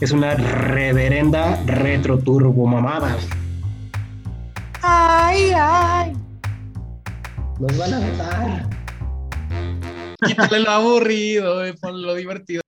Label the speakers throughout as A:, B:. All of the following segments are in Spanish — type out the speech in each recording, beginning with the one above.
A: Es una reverenda retro turbo mamada. Nos van a matar.
B: Quítale lo aburrido, eh, pon lo divertido.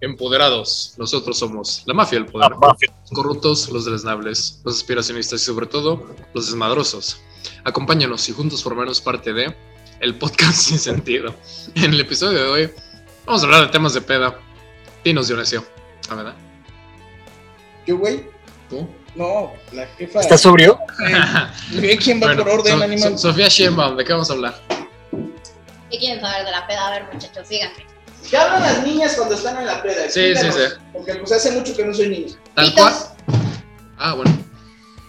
C: empoderados. Nosotros somos la mafia del poder. Los corruptos, los deleznables, los aspiracionistas y sobre todo los desmadrosos. Acompáñanos y juntos formaremos parte de el podcast sin sentido. En el episodio de hoy vamos a hablar de temas de peda. Dinos Dionisio. ¿A verdad?
B: ¿Qué, güey?
C: ¿Tú?
B: No, la jefa.
D: sobrio?
B: Eh, Ve quién va
C: Bueno,
B: por orden,
C: So-
B: animal.
C: So- Sofía Sheinbaum, ¿de qué vamos a hablar?
E: ¿Qué quieren saber de la peda? A ver, muchachos, díganme.
B: ¿Qué hablan las niñas cuando están en la peda?
C: Sí, sí, sí.
B: Porque pues hace mucho que no soy niño.
C: Tal cual. Ah, bueno.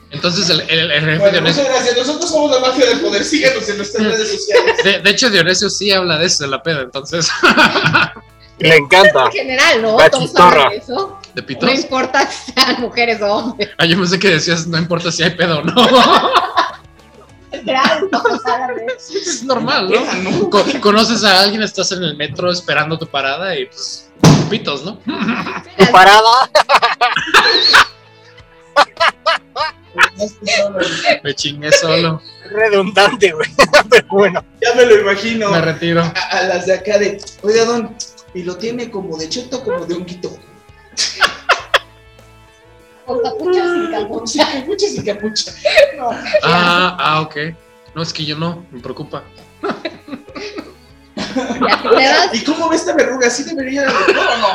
C: Entonces el, el- el jefe Dionisio...
B: gracias. Nosotros somos la mafia del poder. Síganos en nuestras redes sociales.
C: De, de hecho, Dionisio sí habla de eso, de la peda, entonces.
F: Le encanta.
E: En general, ¿no?
F: Ah, La
E: Todos
F: chistorra.
E: saben eso.
C: ¿De pitos?
E: No importa si sean mujeres o hombres.
C: Ah, yo pensé que decías, no importa si hay pedo o no.
E: En general, todos saben de eso.
C: es normal, ¿no? Co- conoces a alguien, estás en el metro esperando tu parada y pues pitos, ¿no?
F: Tu parada.
C: Me chingué solo,
F: Redundante, güey. Pero bueno.
B: ya me lo imagino.
C: me retiro.
B: a, a las de acá de, oiga, don, y lo tiene como de cheto, como de honguito.
E: Con capucha o sin capucha.
B: Sí, capucha y capucha. No.
C: Ah, ah, ok. No, es que yo no, me preocupa.
E: Ya que te das,
B: ¿Y cómo ve esta verruga? ¿Sí debería de verlo o no?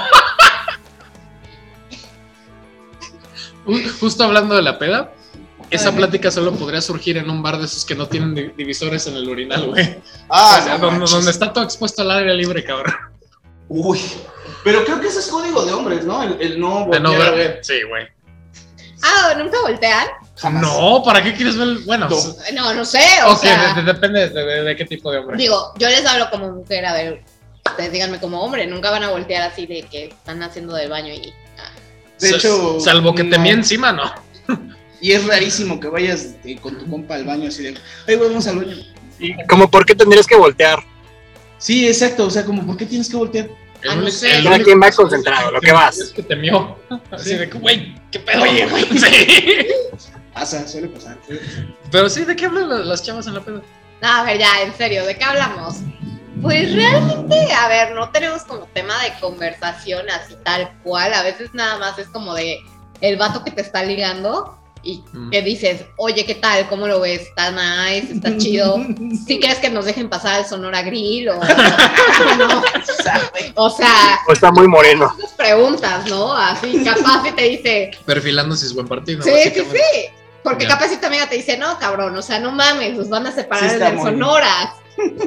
C: Ju- Justo hablando de la peda, esa plática solo podría surgir en un bar de esos que no tienen di- divisores en el urinal, güey.
B: Ah,
C: O sea, donde, donde está todo expuesto al aire libre, cabrón.
B: Uy. Pero creo que ese es código de hombres, ¿no? El, el no
C: De no
B: voltear a
C: ver. Sí, güey.
E: ah, ¿nunca voltean?
B: Jamás.
C: No, ¿para qué quieres ver? el- Bueno,
B: No.
C: s-
E: No, no sé, o
C: ok,
E: sea,
C: de- de- depende de, de- de qué tipo de hombre.
E: digo, yo les hablo como mujer, a ver, ustedes díganme como hombre, nunca van a voltear así de que están haciendo del baño y... ah.
B: De
C: Sa-
B: hecho,
C: Salvo que te
B: no.
C: mía encima, no.
B: Y es rarísimo que vayas eh, con tu compa al baño así de, ay, güey, vamos al baño.
F: Como, ¿por qué tendrías que voltear?
B: Sí, exacto. O sea, como, ¿por qué tienes que voltear?
C: El
E: Ah, no
C: único-
E: sé.
C: el
F: Cada
C: único
F: quien va concentrado, lo que
C: Es
F: vas.
C: que te mió. Así de que, güey, qué pedo. Sí.
B: Pasa, Ah, suele pasar.
C: Pero sí, ¿de qué hablan la- las chavas en la peda?
E: No, a ver, ya, en serio, ¿de qué hablamos? Pues realmente, a ver, no tenemos como tema de conversación así tal cual. A veces nada más es como de el vato que te está ligando y
C: Mm.
E: que dices, oye, ¿qué tal? ¿Cómo lo ves? ¿Está nice? ¿Está chido? ¿Si crees que nos dejen pasar al Sonora Grill? O, no? o sea,
F: O está muy moreno.
E: esas preguntas, ¿no? Así, capaz si te dice,
C: Perfilando si es buen partido.
E: sí, sí,
C: básicamente.
E: sí. Porque
C: Ya.
E: capaz si tu amiga te dice, no, cabrón, o sea, no mames, nos van a separar
B: Sí está
E: del
B: muy bien.
E: Sonora.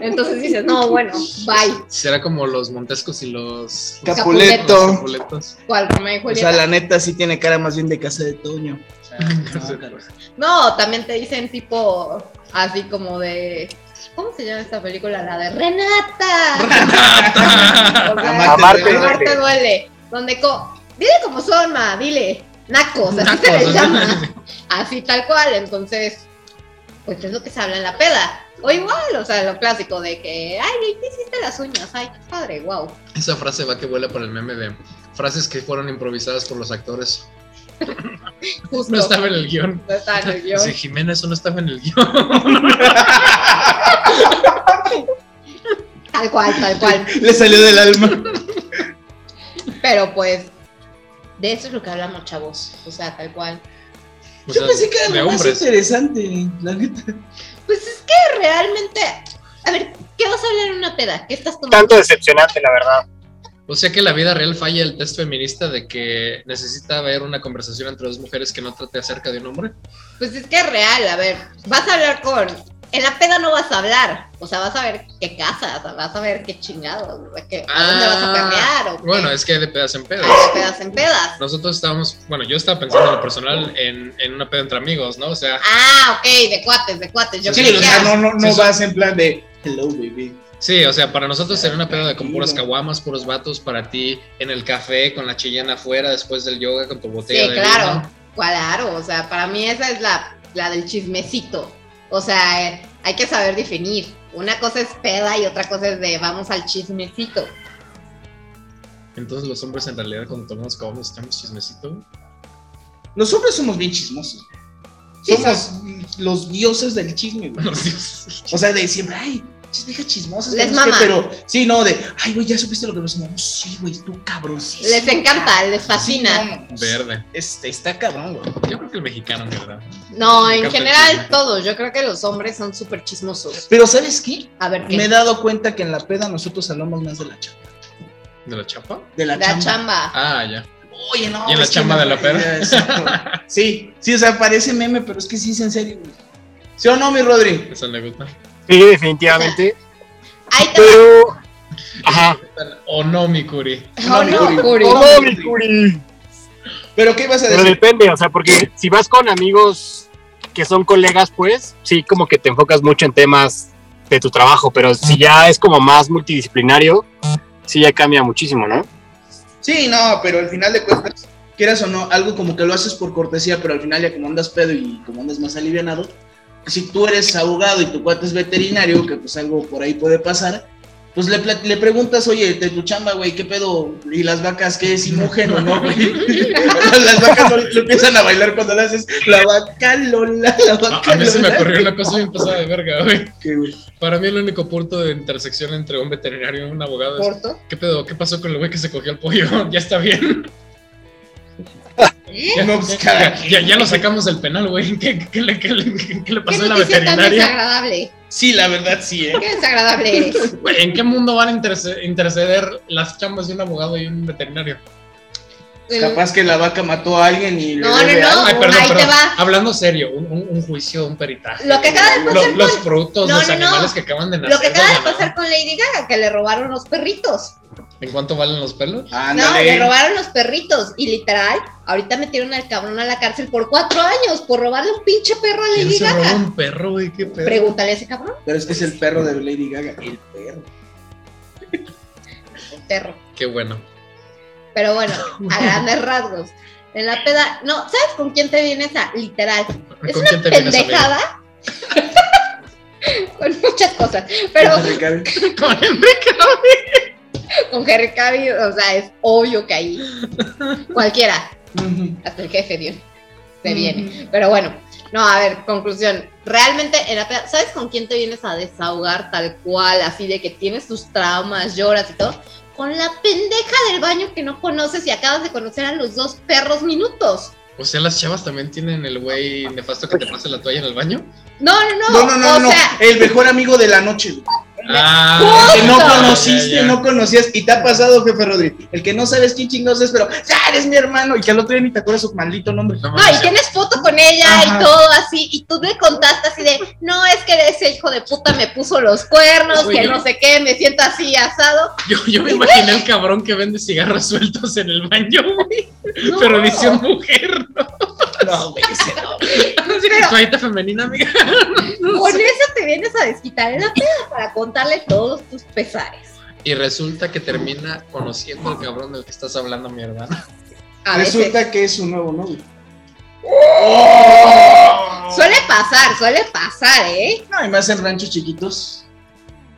E: Entonces dices, no, bueno, bye.
C: Será como los montescos y los los
B: Capuleto.
C: capuletos.
E: ¿Cuál Romeo y
B: O sea,
E: Julieta?
B: la neta sí tiene cara más bien de casa de Toño. O sea, no, claro.
E: No, también te dicen tipo así como de. ¿Cómo se llama esta película? La de Renata. O sea,
B: Amarte
E: Amarte
B: duele.
E: duele. Donde co- dile como son, ma, dile. Nacos, así se
C: Nacos,
E: les
C: ¿no?
E: llama. Así tal cual. Entonces, pues es lo que se habla en la peda. O igual, o sea, lo clásico de que, ay, güey, te hiciste las uñas, ay, qué padre, wow.
C: Esa frase va que vuela para el meme de frases que fueron improvisadas por los actores.
E: Justo.
C: No estaba en el guión.
E: No está en el guión.
C: Sí, Jimena, eso no estaba en el guión.
E: Tal cual, tal cual.
B: Le salió del alma.
E: Pero pues, de eso es lo que hablamos, chavos. O sea, tal cual.
B: Yo
C: O sea,
B: pensé que era
C: de
B: lo más
C: hombres.
B: interesante, la neta.
E: Pues es que realmente. A ver, ¿qué vas a hablar en una peda? ¿Qué estás tomando?
F: Tanto decepcionante, la verdad.
C: O sea que en la vida real falla el test feminista de que necesita haber una conversación entre dos mujeres que no trate acerca de un hombre.
E: Pues es que es real, a ver, vas a hablar con... En la peda no vas a hablar, o sea, vas a ver qué casas, vas a ver qué chingados, o sea, qué- a dónde vas a
C: Ah,
E: perrear o qué.
C: Bueno, es que hay de pedas en pedas.
E: Hay de pedas en pedas.
C: Nosotros estábamos, bueno, yo estaba pensando en lo personal en, en una peda entre amigos, ¿no? O sea,
E: Ah, ok, de cuates, de cuates. Yo
C: Sí,
E: creía-
B: o sea, no, no, no
C: Sí,
B: vas en plan de hello, baby.
C: sí, o sea, para nosotros era una peda de con puras caguamas, puros vatos, para ti en el café, con la chillena afuera, después del yoga, con tu botella
E: Sí,
C: de
E: claro,
C: vino.
E: claro, o sea, para mí esa es la, la del chismecito. O sea, eh, hay que saber definir. Una cosa es peda y otra cosa es de vamos al chismecito.
C: Entonces los hombres en realidad cuando tomamos caguamas estamos chismecito.
B: Los hombres somos bien chismosos.
E: Sí,
B: somos los dioses del chisme, güey.
C: Los dioses.
B: O sea, de siempre, ay, chis- viejas chismosas.
E: Les
B: que no sé qué",
E: mama.
B: Pero, sí, no, de, ay, güey, ya supiste lo que nos llamamos. Sí, güey, tú cabrón. sí,
E: Les
B: sí,
E: encanta, les
B: Sí,
E: fascina.
B: no, no,
C: Verde.
B: Este, está cabrón, güey.
C: Yo creo que el mexicano, en verdad.
E: No,
C: Me
E: en
C: encanta el
E: general
C: chisme.
E: todos. Yo creo que los hombres son súper chismosos.
B: Pero, ¿sabes qué?
E: A ver, ¿qué?
B: Me he dado cuenta que en la peda nosotros hablamos más de la chamba.
C: ¿De la chapa?
B: De la,
E: la
B: chamba.
E: chamba.
C: Ah, ya.
B: Oye, no.
C: ¿Y en la
B: es que
C: chamba
B: no,
C: de la
B: güey,
C: pera?
B: ya, exacto. Sí, sí, o sea, parece meme, pero es que sí es en serio, güey. ¿Sí o no, mi Rodri?
C: Esa le gusta.
F: Sí, definitivamente.
E: Ahí te va.
F: Pero. Ajá.
C: O no, mi curi.
E: Oh, no, Curi.
B: Oh,
F: No,
B: mi
F: mi curi.
B: ¿Pero qué vas a
F: Pero
B: decir?
F: depende, o sea, porque si vas con amigos que son colegas, pues sí, como que te enfocas mucho en temas de tu trabajo, pero si ya es como más multidisciplinario, sí ya cambia muchísimo, ¿no?
B: Sí, no, pero al final de cuentas, quieras o no, algo como que lo haces por cortesía, pero al final ya como andas pedo y como andas más alivianado, si tú eres abogado y tu cuate es veterinario, que pues algo por ahí puede pasar, pues le, pla- le preguntas, oye, de tu chamba, güey, ¿qué pedo? ¿Y las vacas qué? ¿Si mugen o no, güey? las vacas no, no empiezan a bailar cuando le haces la vaca Lola, la
C: A,
B: vaca
C: a mí se me
B: Lola.
C: ocurrió una cosa bien pasada de verga, güey.
B: ¿Qué, güey?
C: Para mí el único punto de intersección entre un veterinario y un abogado es
E: corto.
C: ¿Qué pedo? ¿Qué pasó con el güey que se cogió el pollo? ya está bien.
E: ¿Eh?
C: Ya,
B: No, pues,
C: ya-
B: cada
C: ya- ya lo sacamos del penal, güey. ¿Qué, qué- qué le, qué le- qué le
E: ¿Qué
C: pasó en la
E: noticia tan
C: veterinaria?
E: desagradable?
B: Sí, la verdad sí, ¿eh?
E: ¿Qué desagradable eres?
C: Güey, ¿En qué mundo van a interce- interceder las chambas de un abogado y un veterinario?
B: Capaz que la vaca mató a alguien y... le
E: No, no,
B: debe
E: no.
B: algo.
C: Ay, perdón,
E: ahí te
C: perdón.
E: va.
C: Hablando serio, un, un- un juicio, un peritaje.
E: Lo que acaba de
C: Lo-
E: pasar
C: los
E: con...
C: productos,
E: No,
C: los
E: no, no.
C: animales que acaban de nacer.
E: Lo que acaba de
C: ¿no?
E: pasar con Lady Gaga, que le robaron los perritos.
C: ¿En cuánto valen los pelos?
E: No,
B: Ándale.
E: le robaron los perritos y literal, ahorita metieron al cabrón a la cárcel por cuatro años por robarle un pinche perro a
C: ¿Quién
E: Lady
C: se robó
E: Gaga.
C: un perro, güey? ¿Qué pedo?
E: Pregúntale a ese cabrón,
B: Pero es que es el perro de Lady Gaga, el perro.
E: el perro.
C: Qué bueno.
E: Pero bueno, a grandes rasgos. En la peda, no, ¿sabes con quién te viene esa? Literal, es
C: ¿Con
E: una
C: quién te vienes, amigo?
E: pendejada. con muchas cosas, pero
B: Ricardo,
C: Con Enrique.
E: con Henry Cavill, o sea, es obvio que ahí cualquiera, hasta el jefe, Dios, se viene. Pero bueno, no, a ver, conclusión. Realmente, en la peda, ¿sabes con quién te vienes a desahogar tal cual? Así de que tienes tus traumas, lloras y todo. Con la pendeja del baño que no conoces y acabas de conocer a los dos perros minutos.
C: O sea, las chavas también tienen el güey nefasto que te pasa la toalla en el baño.
E: No, no, no.
B: No, no, no,
E: o
B: no.
E: sea,
B: El mejor amigo de la noche. güey.
C: Ah,
B: Que no
E: Ya,
B: conociste, no conocías. Y te ha pasado, jefe Rodríguez. El que no sabes quién chingados es, pero ya eres mi hermano. Y que al otro día ni te acuerdas su maldito nombre.
E: no, y tienes foto con ella
B: Ajá.
E: y todo así. Y tú le contaste así de, no, es que ese hijo de puta me puso los cuernos,
C: Oye,
E: que
C: yo-
E: no sé qué, me siento así asado.
C: Yo, yo me imaginé el cabrón que vende cigarros sueltos en el baño, güey.
E: No.
C: Pero edición mujer, ¿no?
B: No, güey, ese no.
C: Tiene toallita femenina, amiga.
E: Con eso te vienes a desquitar en la peda para contarle todos tus pesares.
C: Y resulta que termina conociendo al cabrón del que estás hablando, mi hermana.
E: A veces.
B: Resulta que es su nuevo novio.
E: Suele pasar, suele pasar, ¿eh?
B: No, y más en ranchos chiquitos.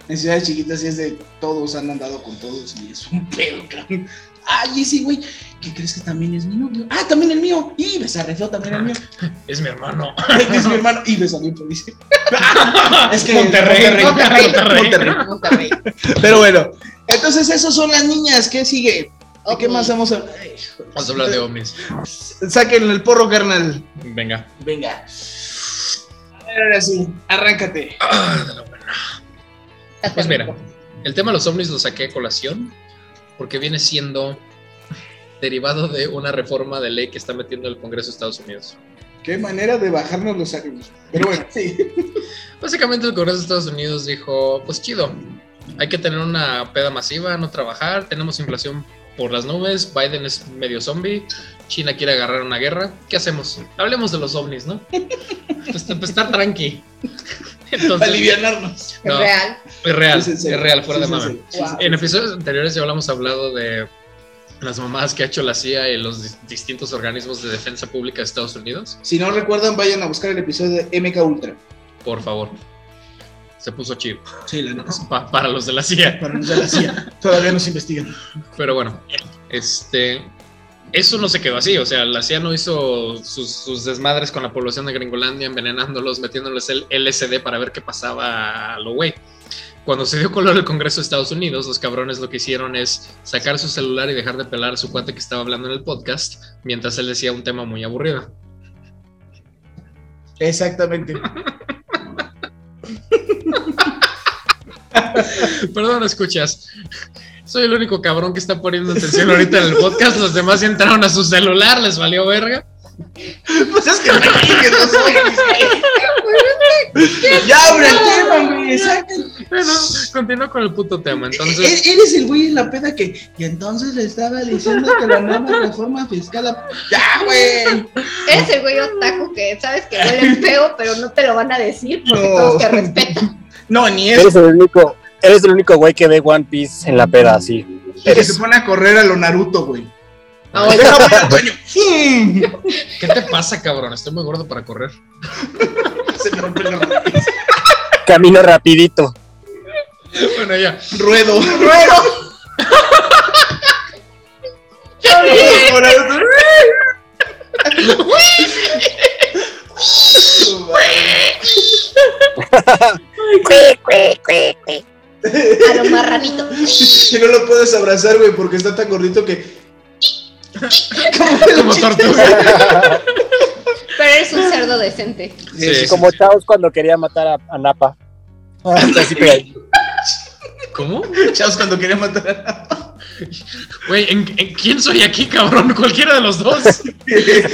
B: En ciudades chiquitas sí es de todos han andado con todos y es un pedo, cabrón. Ay, sí, güey. ¿Qué crees que también es mi novio? Ah, también el mío. Y me arregló también el mío.
C: Es mi hermano.
B: es mi hermano. Y me salió policía. es que
C: Monterrey.
E: Monterrey.
C: Monterrey.
B: Monterrey.
E: Monterrey.
B: Pero bueno, entonces esas son las niñas. ¿Qué sigue? ¿De qué
E: Ok.
B: más vamos a hablar? Ay,
C: Vamos a hablar de ovnis.
B: Sáquenle el porro, carnal.
C: Venga.
B: Venga. A ver, ahora sí, arráncate.
C: Pues mira, el tema de los ovnis lo saqué a colación porque viene siendo derivado de una reforma de ley que está metiendo el Congreso de Estados Unidos.
B: Qué manera de bajarnos los ánimos. Pero bueno, sí.
C: Básicamente el Congreso de Estados Unidos dijo, pues chido, hay que tener una peda masiva, no trabajar, tenemos inflación por las nubes, Biden es medio zombie, China quiere agarrar una guerra, ¿qué hacemos? Hablemos de los ovnis, ¿no? Pues, pues, estar tranqui.
B: Para
C: Entonces,
B: alivianarnos.
C: no,
E: Real.
C: es real,
B: Sí, sí,
C: es
B: sí.
C: real, fuera
B: Sí,
C: de
B: sí,
C: mame.
B: sí.
E: Wow.
C: En episodios anteriores ya hablamos hablado de las mamadas que ha hecho la CIA y los dis- distintos organismos de defensa pública de Estados Unidos.
B: Si no recuerdan, vayan a buscar el episodio de MK Ultra.
C: Por favor. Se puso chido.
B: Sí, la neta. sí.
C: Pa- para los de la CIA.
B: Para no ser la CIA. Todavía nos investigan.
C: Pero bueno, este. Eso no se quedó así, o sea, la CIA no hizo sus, sus desmadres con la población de Gringolandia, envenenándolos, metiéndoles el LSD para ver qué pasaba a lo güey. Cuando se dio color el Congreso de Estados Unidos, los cabrones lo que hicieron es sacar su celular y dejar de pelar a su cuate que estaba hablando en el podcast mientras él decía un tema muy aburrido.
B: Exactamente.
C: Perdón, escuchas. Soy el único cabrón que está poniendo atención ahorita en el podcast. Los demás entraron a su celular, les valió verga.
B: Pues es que no que no soy. güey. Ya abre el tema, güey. Exacto.
C: Bueno, continúo con el puto tema. Entonces.
B: E- Eres el güey en la peda que. Y entonces le estaba diciendo que la nueva reforma fiscal. a- ¡Ya, güey!
E: Eres el güey otaku que sabes que huele feo, pero no te lo van a decir porque
B: No.
E: todos te respetan.
B: No, ni eso.
F: Eres el único, eres el único güey que ve One Piece en la peda, así.
B: Que se pone a correr a lo Naruto, güey.
C: Ah,
F: Pues
C: oye,
B: Deja voy al baño. ¡Fum!
C: ¿Qué te pasa, cabrón? Estoy muy gordo para correr.
B: Se me rompe la raíz.
F: Camino rapidito.
C: Bueno, ya.
B: Ruedo. Ruedo. Por Naruto.
E: A lo marranito.
B: Y no lo puedes abrazar, güey, porque está tan gordito que.
C: Como tortuga.
E: Pero eres un cerdo decente.
C: Sí, sí,
F: Como Chaos cuando quería matar a, a Napa. Así que-
C: ¿Cómo?
B: Chavos, cuando quería matar a.
C: Güey, ¿en, en quién soy aquí, cabrón? Cualquiera de los dos.
B: Fíjate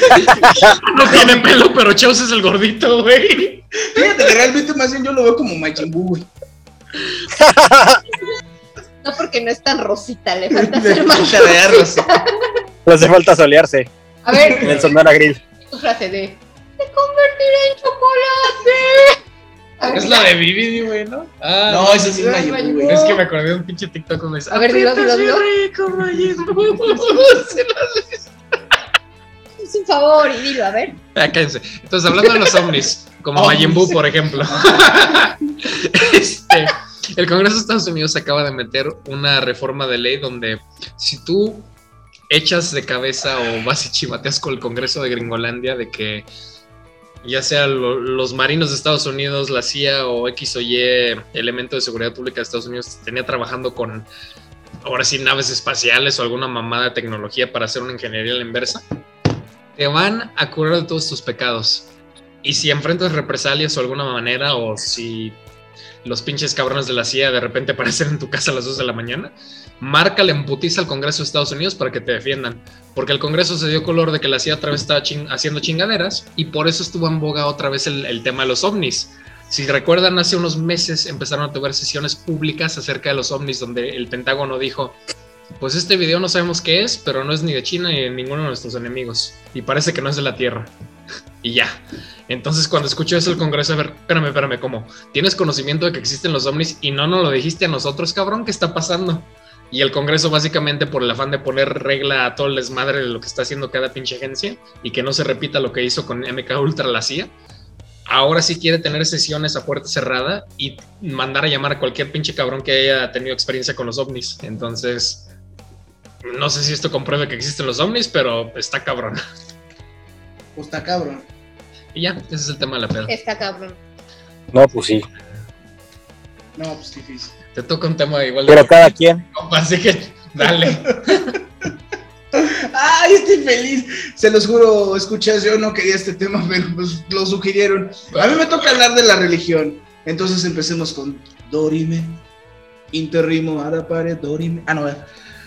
C: No tiene pelo, pero Chaos es el gordito, güey.
B: que realmente más bien yo lo veo como Majin Buu, güey.
E: No porque no es tan rosita, le falta
B: De
E: ser más.
B: falta de arroz.
F: Le hace falta solearse
E: A ver,
F: en el Sonora Grill.
E: tu frase de te convertiré en chocolate. A ver,
C: Es la de Vivi, güey, ¿no? Ah,
B: No, ese sí es
E: Ay,
B: Majin Buu,
C: Es
B: güey.
C: que me acordé de un pinche TikTok donde dice.
E: A ver, dilo, dilo, dilo.
C: rico, Majin Buu". Se las-
E: es un favor y dilo, a ver.
C: Ah, cállense. Entonces, hablando de los ovnis, como
B: Ovnis.
C: Majin Buu, por ejemplo. Este, el Congreso de Estados Unidos acaba de meter una reforma de ley donde si tú echas de cabeza o vas y chivateas con el Congreso de Gringolandia de que ya sea lo- los marinos de Estados Unidos, la CIA o X o Y elemento de seguridad pública de Estados Unidos tenía trabajando con ahora sí naves espaciales o alguna mamada de tecnología para hacer una ingeniería a la inversa, te van a curar de todos tus pecados. Y si enfrentas represalias o alguna manera o si los pinches cabrones de la CIA de repente aparecen en tu casa a las 2 de la mañana, márcale en putiza al Congreso de Estados Unidos para que te defiendan. Porque el Congreso se dio color de que la CIA otra vez estaba chin- haciendo chingaderas y por eso estuvo en boga otra vez el, el tema de los ovnis. Si recuerdan, hace unos meses empezaron a tener sesiones públicas acerca de los ovnis donde el Pentágono dijo, pues este video no sabemos qué es, pero no es ni de China ni de ninguno de nuestros enemigos. Y parece que no es de la Tierra. Y ya. Entonces, cuando escucho eso el Congreso, a ver, espérame, espérame, ¿cómo? ¿Tienes conocimiento de que existen los ovnis y no nos lo dijiste a nosotros, cabrón? ¿Qué está pasando? Y el Congreso, básicamente, por el afán de poner regla a todo el desmadre de lo que está haciendo cada pinche agencia y que no se repita lo que hizo con MK Ultra la CIA, ahora sí quiere tener sesiones a puerta cerrada y mandar a llamar a cualquier pinche cabrón que haya tenido experiencia con los ovnis. Entonces, no sé si esto compruebe que existen los ovnis, pero está cabrón.
B: Pues está cabrón.
C: Y ya, ese es el tema de la peda.
E: Está cabrón.
F: No, pues sí.
B: No, pues difícil.
C: Te toca un tema igual de
F: Pero cada quien.
C: compa, así que dale.
B: ¡Ay, estoy feliz! Se los juro, escuchas, yo no quería este tema, pero pues lo sugirieron. A mí me toca hablar de la religión. Entonces empecemos con Dorime. Interrimo, Arapare, Dorime. Ah, no, eh.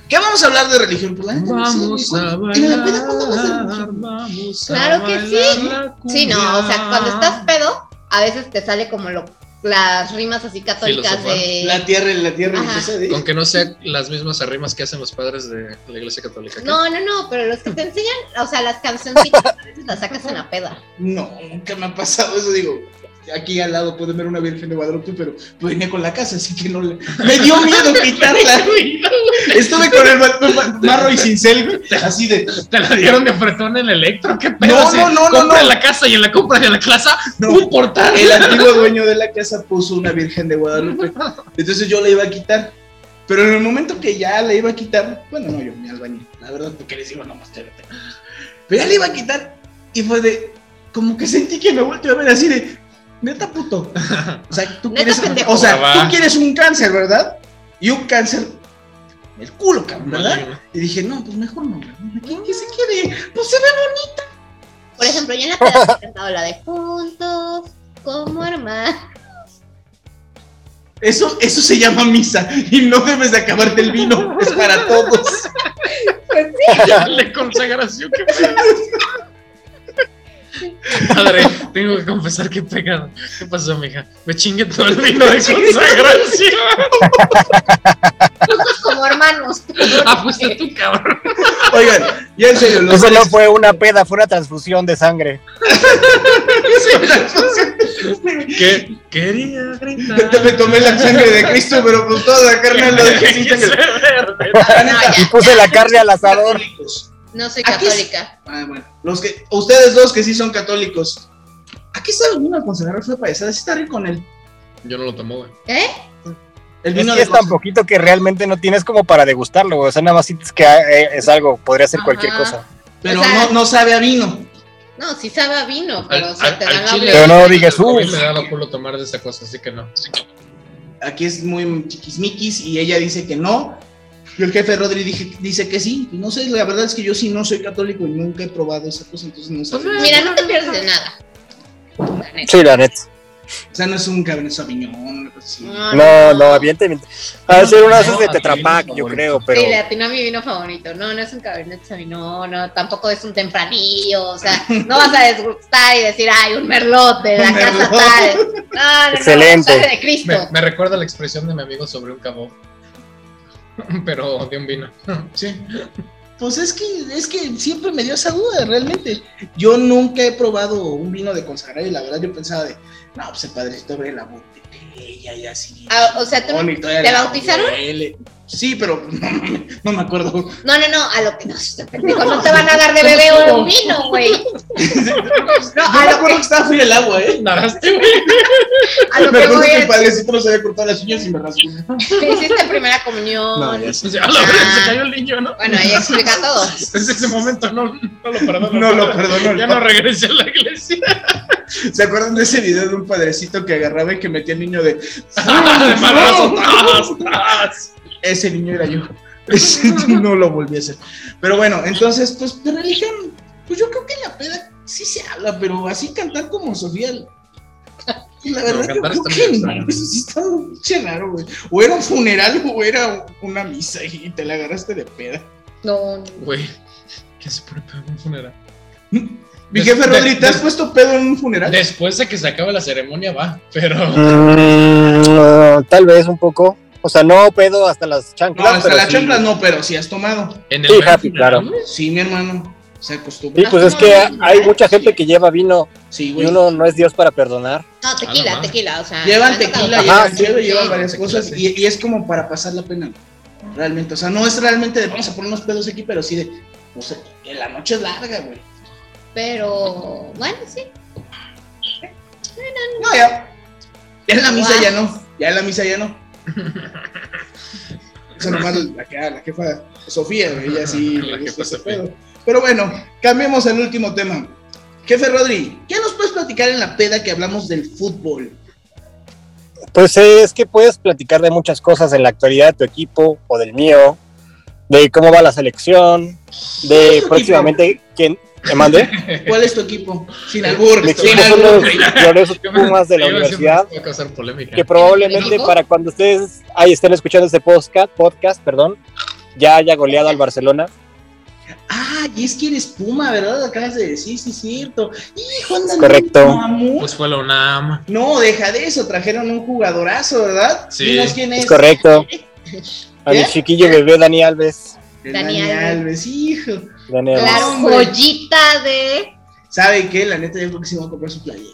B: ¿Qué vamos a hablar de religión? Pues la neta no sé,
C: Vamos
B: güey.
C: a
B: En la peda, ¿cuándo vas a
C: bailar,
B: religión?
C: vamos a
E: Claro que sí.
C: bailar la
E: Sí, no, o sea, cuando estás
C: cumbia.
E: pedo, a veces te sale como lo- las rimas así católicas
C: Filosofal.
E: de...
B: La tierra, la tierra,
E: Ajá.
B: empezó, ¿eh?
C: Con que no sean las mismas arrimas que hacen los padres de la iglesia católica.
E: No, no, no, pero los que te enseñan, o sea, las cancioncitas a veces las sacas en la peda.
B: No, nunca me ha pasado eso, digo. Aquí al lado pueden ver una Virgen de Guadalupe, pero pues, venía con la casa, así que no le... Me dio miedo quitarla, güey. Estuve con el ma- ma- marro y cincel, güey, así de...
C: Te la dieron de ofertón en Electro, qué pedo.
B: No,
C: Si
B: no, no, no,
C: compra
B: no.
C: en la casa y en la compra de la clase,
B: No.
C: un portal.
B: El antiguo dueño de la casa puso una Virgen de Guadalupe. Entonces yo la iba a quitar. Pero en el momento que ya la iba a quitar, bueno, no, yo me albañil, la verdad, porque les digo, no, más te Pero ya la iba a quitar y fue de, como que sentí que me volteó a ver así de, neta puto. O sea, tú,
E: Neta
B: quieres,
E: pendejo.
B: o
C: Ah,
B: sea,
C: va.
B: tú quieres un cáncer, ¿verdad? Y un cáncer, el culo, cabrón, ¿verdad? Y dije, no, pues mejor no, güey. ¿Quién qué se quiere? Pues se ve
E: Por ejemplo, yo en la peda he cantado la de juntos como hermanos.
B: Eso, eso se llama misa y no debes de acabarte el vino, es para todos.
C: Dale consagración, qué pedo. Padre, tengo que confesar que he pecado. ¿Qué pasó, mija? Me chingué todo el vino de consagración.
E: Juntos como hermanos.
C: Ah, fuiste tú, cabrón.
B: Oigan, ya en serio, los
D: Eso
B: tres,
D: no fue una peda, fue una transfusión de sangre.
C: ¿Qué? Quería gritar.
B: me tomé la sangre de Cristo, pero pues toda la carne la dejé sin
C: Que se
B: sangre.
C: verde.
B: La neta,
D: Y puse la carne al asador.
B: católicos.
E: No soy
B: Aquí es-
E: católica.
B: Ah, bueno, los que, ustedes dos que sí son católicos, aquí está el vino al consagrar fue paisada, sí está rico con él.
C: Yo no lo tomo, güey.
E: ¿Eh?
B: El
D: Es
B: vino
D: que
B: de
D: es tan poquito que realmente no tienes como para degustarlo, güey. O sea, nada más sientes que eh, es algo, podría ser cualquier
E: Ajá.
D: cosa.
B: pero
E: o sea-
B: no, no sabe a vino.
E: No, sí sabe a vino, pero
C: Al-
E: o sea, te
C: al-
E: dan
C: al
E: la
C: chile-
D: Pero no digas,
C: A mí
D: "Uf".
C: me daba culo tomar de esa cosa, así que no.
B: Aquí es muy chiquismiquis y ella dice que no. Y el jefe Rodri dije- dice que sí. Y No sé, la verdad es que yo sí no soy católico y nunca he probado esa cosa, entonces no sé.
E: Mira, Pues no te pierdes de nada. La neta.
D: Sí, la neta.
B: O sea, no es un cabernet sauvignon, una cosa así.
E: Ah.
D: No, no, evidentemente. A
C: No,
D: ver, ser
C: no,
D: una de esas de
C: no,
D: Tetrapac,
C: no,
D: yo
C: no.
D: creo, pero.
E: Sí, le atinó a mi vino favorito. No, no es un Cabernet Sauvignon, no, no, tampoco es un tempranillo, o sea, no vas a desgustar y decir, ay, un merlot de la
B: Un
E: casa
B: merlot.
E: tal. No, no,
D: Excelente.
E: no, sangre de Cristo.
C: Me, me recuerda la expresión de mi amigo sobre un cabo. Pero de un vino. Sí.
B: Pues es que, es que siempre me dio esa duda, realmente. Yo nunca he probado un vino de consagrar y la verdad yo pensaba de, no, pues el padrecito abre la botella y así.
E: Ah, o sea, ¿tú te bautizaron?
B: Sí, pero no, no me acuerdo.
E: No, no, no, a lo que no, este pendejo, no te van a dar de bebé un vino, güey. No,
B: yo
E: a
B: me
E: lo
B: acuerdo que
E: que,
B: estaba frío el agua, ¿eh?
C: Nadaste, güey.
E: a lo
B: me
E: que
B: acuerdo
E: voy
B: que el
E: es,
B: padrecito no se había cortado las uñas y me raspó.
E: que hiciste primera comunión.
B: No, ya sé.
C: O sea, Pues a la verga, se cayó el niño, ¿no?
E: Ah. Bueno, ahí explica todo.
C: Desde ese momento no, no lo perdono.
B: No lo perdono.
C: Ya no regresé a la iglesia.
B: ¿Se acuerdan de ese video de un padrecito que agarraba y que metía al niño de...
C: Ah,
B: Ah,
C: De madrazo, tas, tas.
B: ese niño era yo. no lo volví a hacer. Pero bueno, entonces, pues de religión, pues yo creo que en la peda sí se habla, pero así cantar como Sofía. La
C: Pero
B: verdad, yo
C: cantar
B: creo
C: está
B: que
C: medio
B: no.
C: extraño.
B: Eso sí está pinche raro, güey. O era un funeral o era una misa y te la agarraste de peda.
E: No, no.
C: Güey, ¿qué se pone pedo en un funeral?
B: Mi
C: Des-
B: jefe
C: de-
B: Rodri, ¿te has
C: des-
B: puesto pedo en un funeral?
C: Después de que se acaba la ceremonia, va. Pero.
D: Mm, tal vez un poco. O sea, no pedo hasta las
B: No,
D: chanclas.
B: hasta
D: pero
B: la
D: sí.
B: chancla no, pero sí has tomado.
C: En
D: Sí,
C: mero
D: happy, claro.
C: funeral,
B: Sí, mi hermano, se
D: Sí,
B: acostumbra.
D: pues es que hay mucha gente que lleva vino
B: Sí,
D: y
B: güey.
D: uno no es Dios para perdonar.
E: No, tequila,
C: Ah, no,
E: tequila, o sea.
B: Llevan
E: me han tocado-
B: tequila,
D: Ajá,
B: llevan
D: sí.
B: hielo, llevan
E: Sí.
B: varias cosas y, y es como para pasar la pena. Realmente, o sea, no es realmente de vamos a poner unos pedos aquí, pero sí de, o sea, que la noche es larga, güey.
E: Pero, bueno, sí.
B: No, ya. Ya en la misa
E: Guau.
B: ya no, ya en la misa ya no. Eso nomás la, que- la jefa Sofía, güey, ella sí
C: La
B: le gusta
C: jefa
B: ese
C: Sofía.
B: pedo. Pero bueno, cambiemos al último tema. Jefe Rodri, ¿qué nos puedes platicar en la peda que hablamos del fútbol?
D: Pues eh, es que puedes platicar de muchas cosas en la actualidad de tu equipo o del mío, de cómo va la selección, de
B: equipo?
D: próximamente quién te mandé.
B: ¿Cuál es tu equipo? Sin albur,
D: Mi
B: sin
D: equipo son
B: albur.
D: los gloriosos
C: Yo me-
D: Pumas de la
C: yo iba a decir,
D: universidad.
C: Va a causar polémica.
D: que probablemente
E: ¿México?
D: para cuando ustedes ahí estén escuchando este podcast, podcast, perdón, ya haya goleado al Barcelona.
B: Ah, y es que eres Puma, ¿verdad? Acabas de decir, sí, es cierto. Hijo, andan
D: correcto.
B: bien, mamú.
C: Pues fue la UNAM.
B: No, deja de eso, trajeron un jugadorazo, ¿verdad?
C: Sí.
B: Dinos quién es.
D: Es correcto. A mi
B: ¿Qué?
D: chiquillo bebé Dani Alves.
B: El
E: Dani
B: Dani Alves, hijo.
D: Dani Alves.
E: Claro,
B: hombre.
E: joyita de.
B: ¿Sabe qué? La neta, yo creo que sí voy a comprar su playera.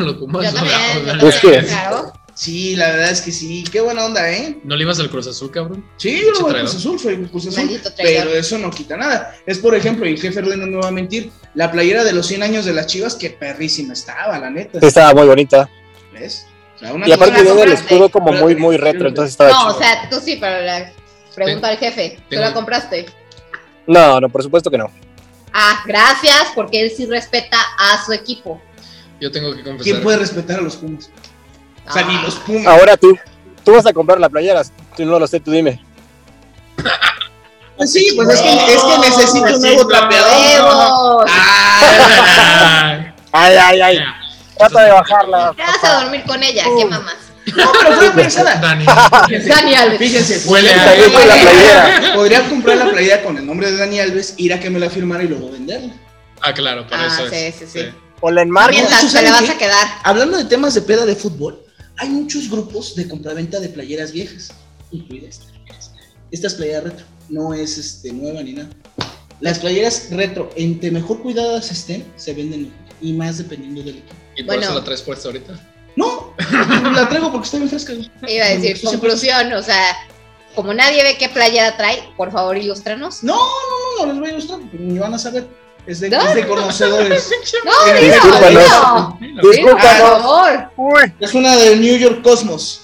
C: Lo que
E: Yo
C: más
E: también,
C: dorado,
E: yo
C: dale.
D: Es que-
E: también, claro.
B: Sí, la verdad es que sí. Qué buena onda, ¿eh?
C: ¿No le ibas al Cruz Azul, cabrón?
B: Sí, yo lo voy a
C: traidor.
B: Cruz Azul, soy un Cruz Azul,
E: Maldito traidor.
B: pero eso no quita nada. Es, por ejemplo, y el jefe Ruiz no me va a mentir, la playera de los 100 años de las chivas, que perrísima estaba, la neta.
D: Sí, estaba muy bonita.
B: ¿Ves? O sea, una
D: Y aparte
B: cosa-
D: veo el
E: compraste.
D: escudo como muy, muy retro, entonces estaba
E: No, o
D: chido.
E: sea, tú sí, pero la pregunta al jefe. ¿Tú
C: tengo-
E: la compraste?
D: No, no, por supuesto que no.
E: Ah, gracias, porque él sí respeta a su equipo.
C: Yo tengo que confesar.
B: ¿Quién puede respetar a los Pumas? O sea, ni
E: Ah.
B: los Pumas.
D: Ahora tú, tú vas a comprar la playera, tú no lo sé, tú dime.
B: Pues sí, pues es que, es que
D: pues
B: necesito un nuevo trapeador.
E: ¡Huevos!
B: Ah,
D: Ay,
C: Ay,
D: ay, ay,
C: ya.
D: trata de bajarla.
E: Te vas a dormir con ella, qué mamás.
B: no, pero fue pensada.
C: Dani.
E: Dani Alves.
B: Fíjense,
C: Huele a-
B: podría-
D: Huele a playera.
B: Podría comprar la playera con el nombre de Dani Alves, ir a que me la firmara y luego venderla.
C: Ah, claro, para
E: Ah,
C: eso
E: sí,
C: es.
E: sí, sí.
D: O la enmarca.
E: Mientras te
B: ¿saben
E: la vas
B: qué?
E: a quedar.
B: Hablando de temas de peda de fútbol, hay muchos grupos de compraventa de playeras viejas, incluida esta. Esta es playera retro, no es este, nueva ni nada. Las playeras retro, entre mejor cuidadas estén, se venden mejor, y más dependiendo del equipo.
C: ¿Y por
E: Bueno.
C: eso la traes puesta ahorita?
B: No, la traigo porque está bien fresca. güey.
E: Iba a decir,
B: Sí, sí,
E: conclusión, o sea, como nadie ve qué playera trae, por favor, ilústranos.
B: No, no, no, no les voy a mostrar, porque ni van a saber. Es de,
E: ¿No?
B: es de conocedores.
E: No,
B: Eh,
E: dilo,
D: discúlpanos.
E: dilo. Dilo, por
B: Discúlpanos.
E: favor.
B: Es una del New York Cosmos.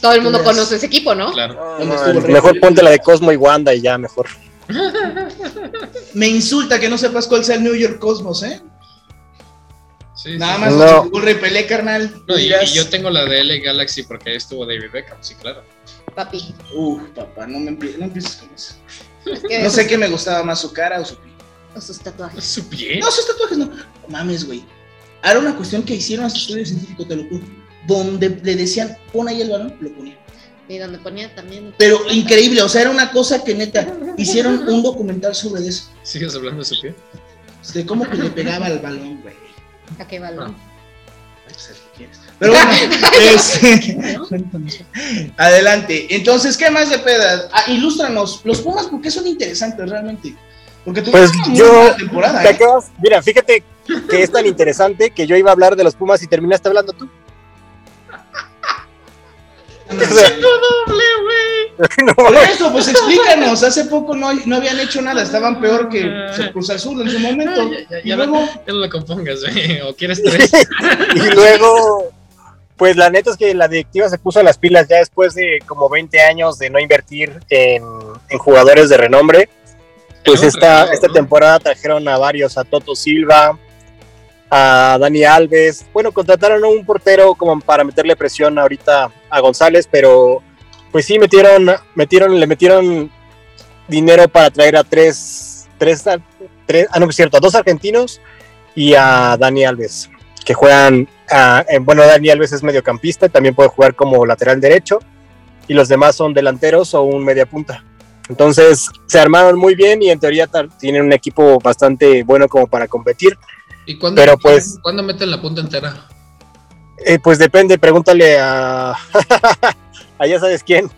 E: Todo el mundo
B: Yes.
E: conoce ese equipo, ¿no?
C: Claro.
B: Ah,
D: Mejor ponte la de Cosmo y Wanda y ya, mejor.
B: Me insulta que no sepas cuál sea el New York Cosmos, ¿eh?
C: Sí, sí,
B: Nada
C: sí.
B: más
D: No.
B: nos jugó el repelé, carnal.
C: No, y,
B: Digas,
C: y yo tengo la de L Galaxy porque ahí estuvo David Beckham, sí, claro.
E: Papi.
B: Uf, papá, no, me empie- no empieces con eso.
E: Es que
B: No sé
E: esos-
B: qué me gustaba más, su cara o su piel.
E: Sus tatuajes.
C: ¿Su pie?
B: No, sus tatuajes no. No Mames, güey. Era una cuestión que hicieron a su estudio científico, te lo juro. Donde le decían, pon ahí el balón, lo ponían.
E: Y donde ponía también.
B: Pero increíble, o sea, era una cosa que neta, hicieron un documental sobre eso.
C: ¿Sigues hablando de su pie?
B: De cómo que le pegaba al balón, güey.
E: ¿A qué balón?
B: Pues, el que quieras. Pero bueno, este, adelante. Entonces, ¿qué más de peda? Ah, ilústranos los Pumas porque son interesantes realmente. Porque tú
D: Pues yo-
B: temporada.
D: ¿Te
B: ¿eh?
D: acabas? Mira, fíjate que es tan interesante que yo iba a hablar de los Pumas y terminaste hablando tú.
B: Por eso, pues explícanos. Hace poco no, no habían hecho nada, estaban peor que Cruz Azul en su momento.
C: Ah. Ya, ya,
B: Y
C: ya
B: luego,
C: no, ya no la compongas, güey. O quieres tres.
D: Y luego, pues la neta es que la directiva se puso las pilas ya después de como 20 años de no invertir en, en jugadores de renombre. Pues
C: Era un
D: esta,
C: regalo,
D: esta
C: ¿no?
D: temporada trajeron a varios, a Toto Silva, a Dani Alves. Bueno, contrataron a un portero como para meterle presión ahorita a González, pero pues sí metieron, metieron, le metieron dinero para traer a tres, tres, a- tres ah no, es cierto, a dos argentinos y a Dani Alves, que juegan, ah, en- bueno, Dani Alves es mediocampista, también puede jugar como lateral derecho, y los demás son delanteros o un media punta. Entonces se armaron muy bien y en teoría tar- tienen un equipo bastante bueno como para competir.
C: ¿Y cuándo,
D: Pero, pues-
C: ¿cuándo meten la punta entera?
D: Eh, pues depende, pregúntale a... a ya sabes quién,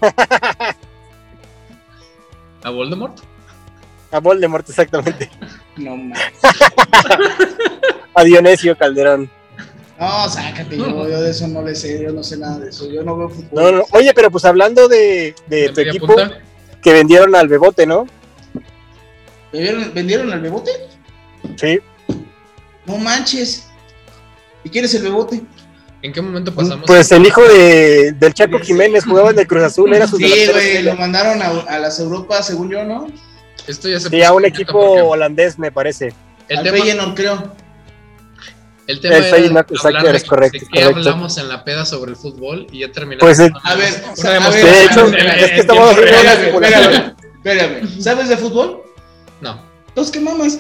C: ¿A Voldemort?
D: a Voldemort exactamente,
B: no mames.
D: a Dionisio Calderón.
B: No, sácate, yo, yo de eso no le sé, yo no sé nada de eso, yo no veo fútbol.
D: No, no, Oye, pero pues hablando de, de
C: ¿De
D: eh, tu
C: media
D: equipo
C: punta?
D: que vendieron al Bebote, ¿no?
B: ¿Vendieron, vendieron al bebote?
D: Sí.
B: No manches. ¿Y quién es el bebote?
C: ¿En qué momento pasamos?
D: Pues el hijo de, del Chaco Jiménez jugaba en el Cruz Azul, era su
B: Sí,
D: delantero
B: güey,
D: estrella.
B: lo mandaron a, a las Europas, según yo, ¿no?
C: Esto ya se
D: Sí, a
C: puso
D: un
C: violento
D: equipo
C: porque
D: holandés, me parece.
C: El
B: al
C: tema,
B: Feyenoord, creo.
C: el tema
D: El
C: era
D: Feyenoord, pues,
C: hablar
D: exacto,
C: de-
D: eres correcto,
C: de qué
D: correcto.
C: hablamos en la peda sobre el fútbol y ya terminamos.
D: Pues, eh,
B: A ver,
C: Una
B: o sea, a
C: demostración
B: ver,
D: De hecho,
C: en- en-
D: es que
C: en
D: estamos
C: tiempo
D: haciendo
C: real.
B: Espérame, espérame, espérame. ¿Sabes de fútbol?
C: No,
B: Entonces, ¿qué mamas?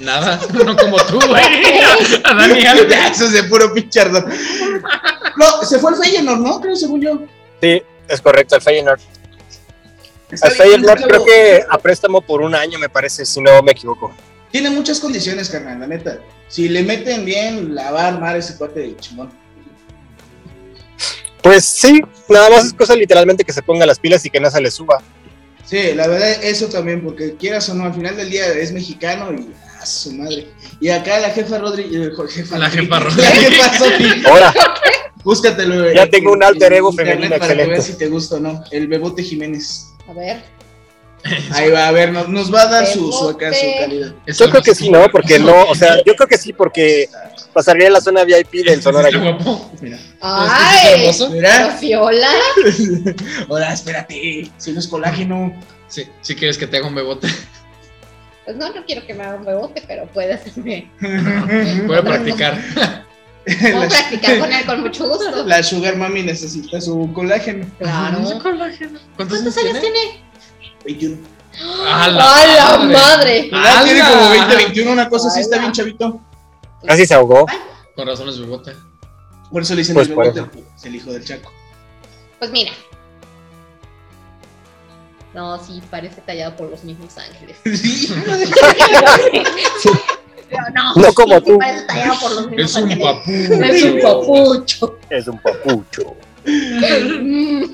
C: nada, no como tú, güey. A Dani Alves.
B: Ya, Eso es de puro pinchardo. No, se fue al Feyenoord, ¿no? Creo, según yo.
D: Sí, es correcto, el Feyenoord.
B: Está
D: Hasta
B: bien,
D: ahí el Lord
B: esclavo.
D: creo que a préstamo por un año, me parece, si no me equivoco.
B: Tiene muchas condiciones, carnal, la neta. Si le meten bien, la va a armar ese cuate de chingón.
D: Pues sí, nada más es cosa literalmente que se ponga las pilas y que NASA le suba.
B: Sí, la verdad, eso también, porque quieras o no, al final del día es mexicano y a su madre. Y acá la jefa Rodríguez. Jefa
C: La jefa
B: Rodríguez. La jefa Sofi.
D: Ahora,
B: Búscatelo.
D: Ya
B: en-
D: tengo un
B: en-
D: alter
B: en
D: ego
B: internet
D: femenino
B: Para que
D: excelente.
B: veas si te gusta o no. El Bebote Jiménez.
E: A ver.
B: Ahí va, a ver, nos, nos va a dar su, su acá, su
E: Bebote.
B: calidad.
C: Es
D: yo
C: el
D: creo que
C: más
D: sí, ¿no?
C: guapo.
D: Porque no, o sea, yo creo que sí, porque pasaría a la zona VIP del Sonora.
C: Está este guapo.
B: Mira.
E: ¡Ay!
C: ¿Hermoso?
E: pero
B: Mira.
E: si hola.
B: Ahora, espérate. Si no es colágeno.
C: Sí, si quieres que te haga un bebote.
E: Pues no, no quiero que me haga un huevote, pero puede hacerme.
C: Voy a practicar.
E: Puedo
B: la,
E: practicar con él con mucho gusto.
B: la Sugar Mami necesita su colágeno.
E: Claro. ¿Cuántos años tiene?
B: 21.
C: ¡A
E: ¡A la madre!
B: Ah, tiene
C: ¡Ala!
B: como 20, 21, una cosa así, está
E: ¡Ala!
B: bien chavito.
D: Casi se ahogó.
C: Con razón es bebote.
B: Por eso le dicen
D: Pues
B: el
D: por
B: bebote, es el hijo del chaco.
E: Pues mira. No, sí, parece tallado por los mismos ángeles.
B: Sí,
E: Pero no,
D: No como
E: sí, sí
D: tú.
E: parece tallado por los mismos
C: Es un
E: ángeles.
C: papú.
E: Es un papucho.
D: Es un papucho.
E: Mm,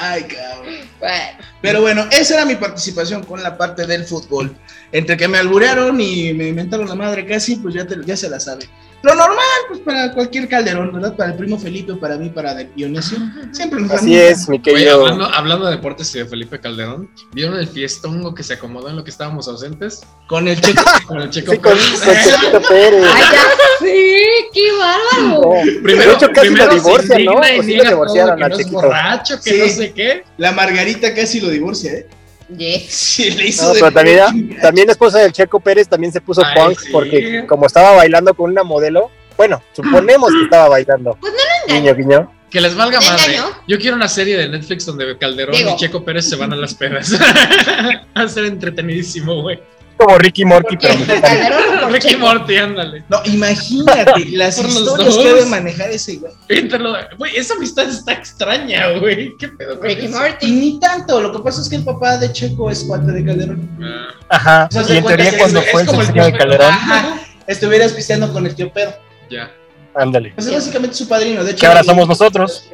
B: Ay, cabrón.
E: bueno,
B: Pero bueno, esa era mi participación con la parte del fútbol. Entre que me alburearon y me inventaron la madre casi, pues ya, te- ya se la sabe. Lo normal, pues para cualquier calderón, ¿verdad? Para el primo Felipe, para mí, para Dionisio. Siempre nos
D: Así
B: dan-
D: es, mi
C: Oye,
D: querido.
C: hablando, hablando de deportes y de Felipe Calderón, ¿vieron el fiestongo que se acomodó en lo que estábamos ausentes?
B: Con el checo.
C: Con el Checo
D: Sí, con, con
C: Pérez.
D: Chespirito Pérez.
E: ¡Ay, ya sí! ¡Qué bárbaro!
D: No.
C: Primero,
D: de hecho, casi
C: primero
D: lo divorcian,
C: se
D: ¿no?
C: indigna y
D: O sí
C: niega
D: lo divorciaron
C: todo,
D: al
C: que no es
D: chiquito.
C: borracho, que
B: Sí.
C: no sé qué.
B: La Margarita casi lo divorcia, ¿eh?
E: Yes.
B: Sí, le hizo
D: No,
B: de-
D: pero también, era- también la esposa del Checo Pérez también se puso
C: Ay,
D: punk
C: sí.
D: porque como estaba bailando con una modelo, bueno, suponemos que estaba bailando.
E: Pues
D: no
E: engañes.
D: Guiño, guiño.
C: Que les valga
E: ¿Te
C: madre.
E: engañó?
C: Yo quiero una serie de Netflix donde Calderón
E: Digo.
C: y Checo Pérez se van a las pedas. Va a ser entretenidísimo, güey.
D: Como Ricky Morty, pero
E: ¿Por Calderón o por
C: Ricky
E: Checo?
C: Morty, ándale.
B: No, imagínate las
C: Por los
B: historias
C: dos.
B: que debe manejar ese güey.
C: Entralo- Güey, esa amistad está extraña, güey. ¿Qué pedo con
E: Ricky
C: eso?
B: Y
E: Morty.
B: ni tanto, lo que pasa es que el papá de Checo es cuate de Calderón.
C: Ah,
D: Ajá.
B: O sea, se
D: Y en
B: cuenta
D: teoría
B: que
D: cuando
B: es-
D: fue
C: es
D: el
C: como el
D: sexenio de
C: tío Pedro.
D: Calderón,
B: Ajá, estuvieras pisteando con el tío Pedro.
C: ya.
D: ándale.
B: Pues es básicamente su padrino, de hecho.
D: Que ahora somos nosotros.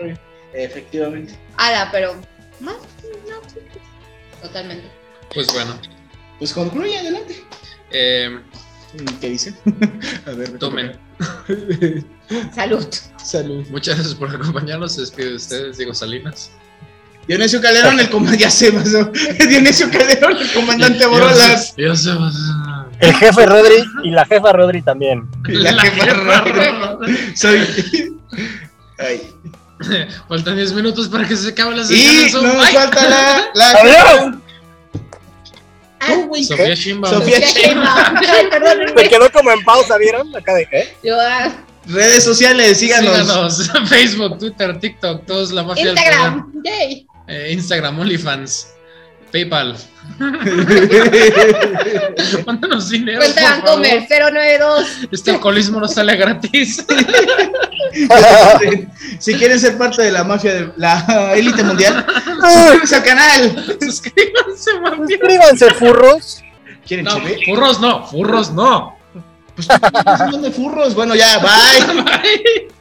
B: Efectivamente.
E: Ala, pero. Más. No. Totalmente.
C: Pues bueno.
B: Pues concluye, adelante.
C: eh,
B: Mm, ¿Qué dice? A ver, me
C: tomen.
E: Salud.
B: toca. Salud.
C: Muchas gracias por acompañarnos. Se despide de ustedes, Diego Salinas.
B: Dionisio Calderón, el comandante. Ya se pasó. Dionisio Calderón, el comandante
C: Yo-
B: Borolas.
C: Yo sé.
D: El jefe Rodri y la jefa Rodri también.
B: La
C: La
B: jefa
C: jefa.
B: Soy. Ay.
C: Faltan 10 minutos para que se acabe la
B: Y
C: sesión.
B: no nos
C: Ay.
B: falta la.
D: ¡Adiós!
B: la
E: Ah,
C: Sofía Shimba.
B: Sofía
E: ya que no. Ay, perdón.
D: Se quedó como en pausa, ¿vieron? Acá de ¿eh?
E: Yo, ah,
B: Redes sociales, síganos.
C: Síganos. Facebook, Twitter, TikTok, todos la mafia del
E: Instagram. Yay.
C: poder. Eh, Instagram, OnlyFans, PayPal. Mándanos dinero.
E: Cuenta
C: por favor.
E: Bancomer 092.
C: Este alcoholismo no sale gratis.
B: si quieren ser parte de la mafia de la élite mundial, suscríbanse al canal.
C: Suscríbanse, mafia.
D: Suscríbanse, furros.
B: ¿Quieren
C: No,
B: chile?
C: furros no, furros no.
B: Pues, ¿qué estás hablando de furros. Bueno, ya, bye.
C: Bye.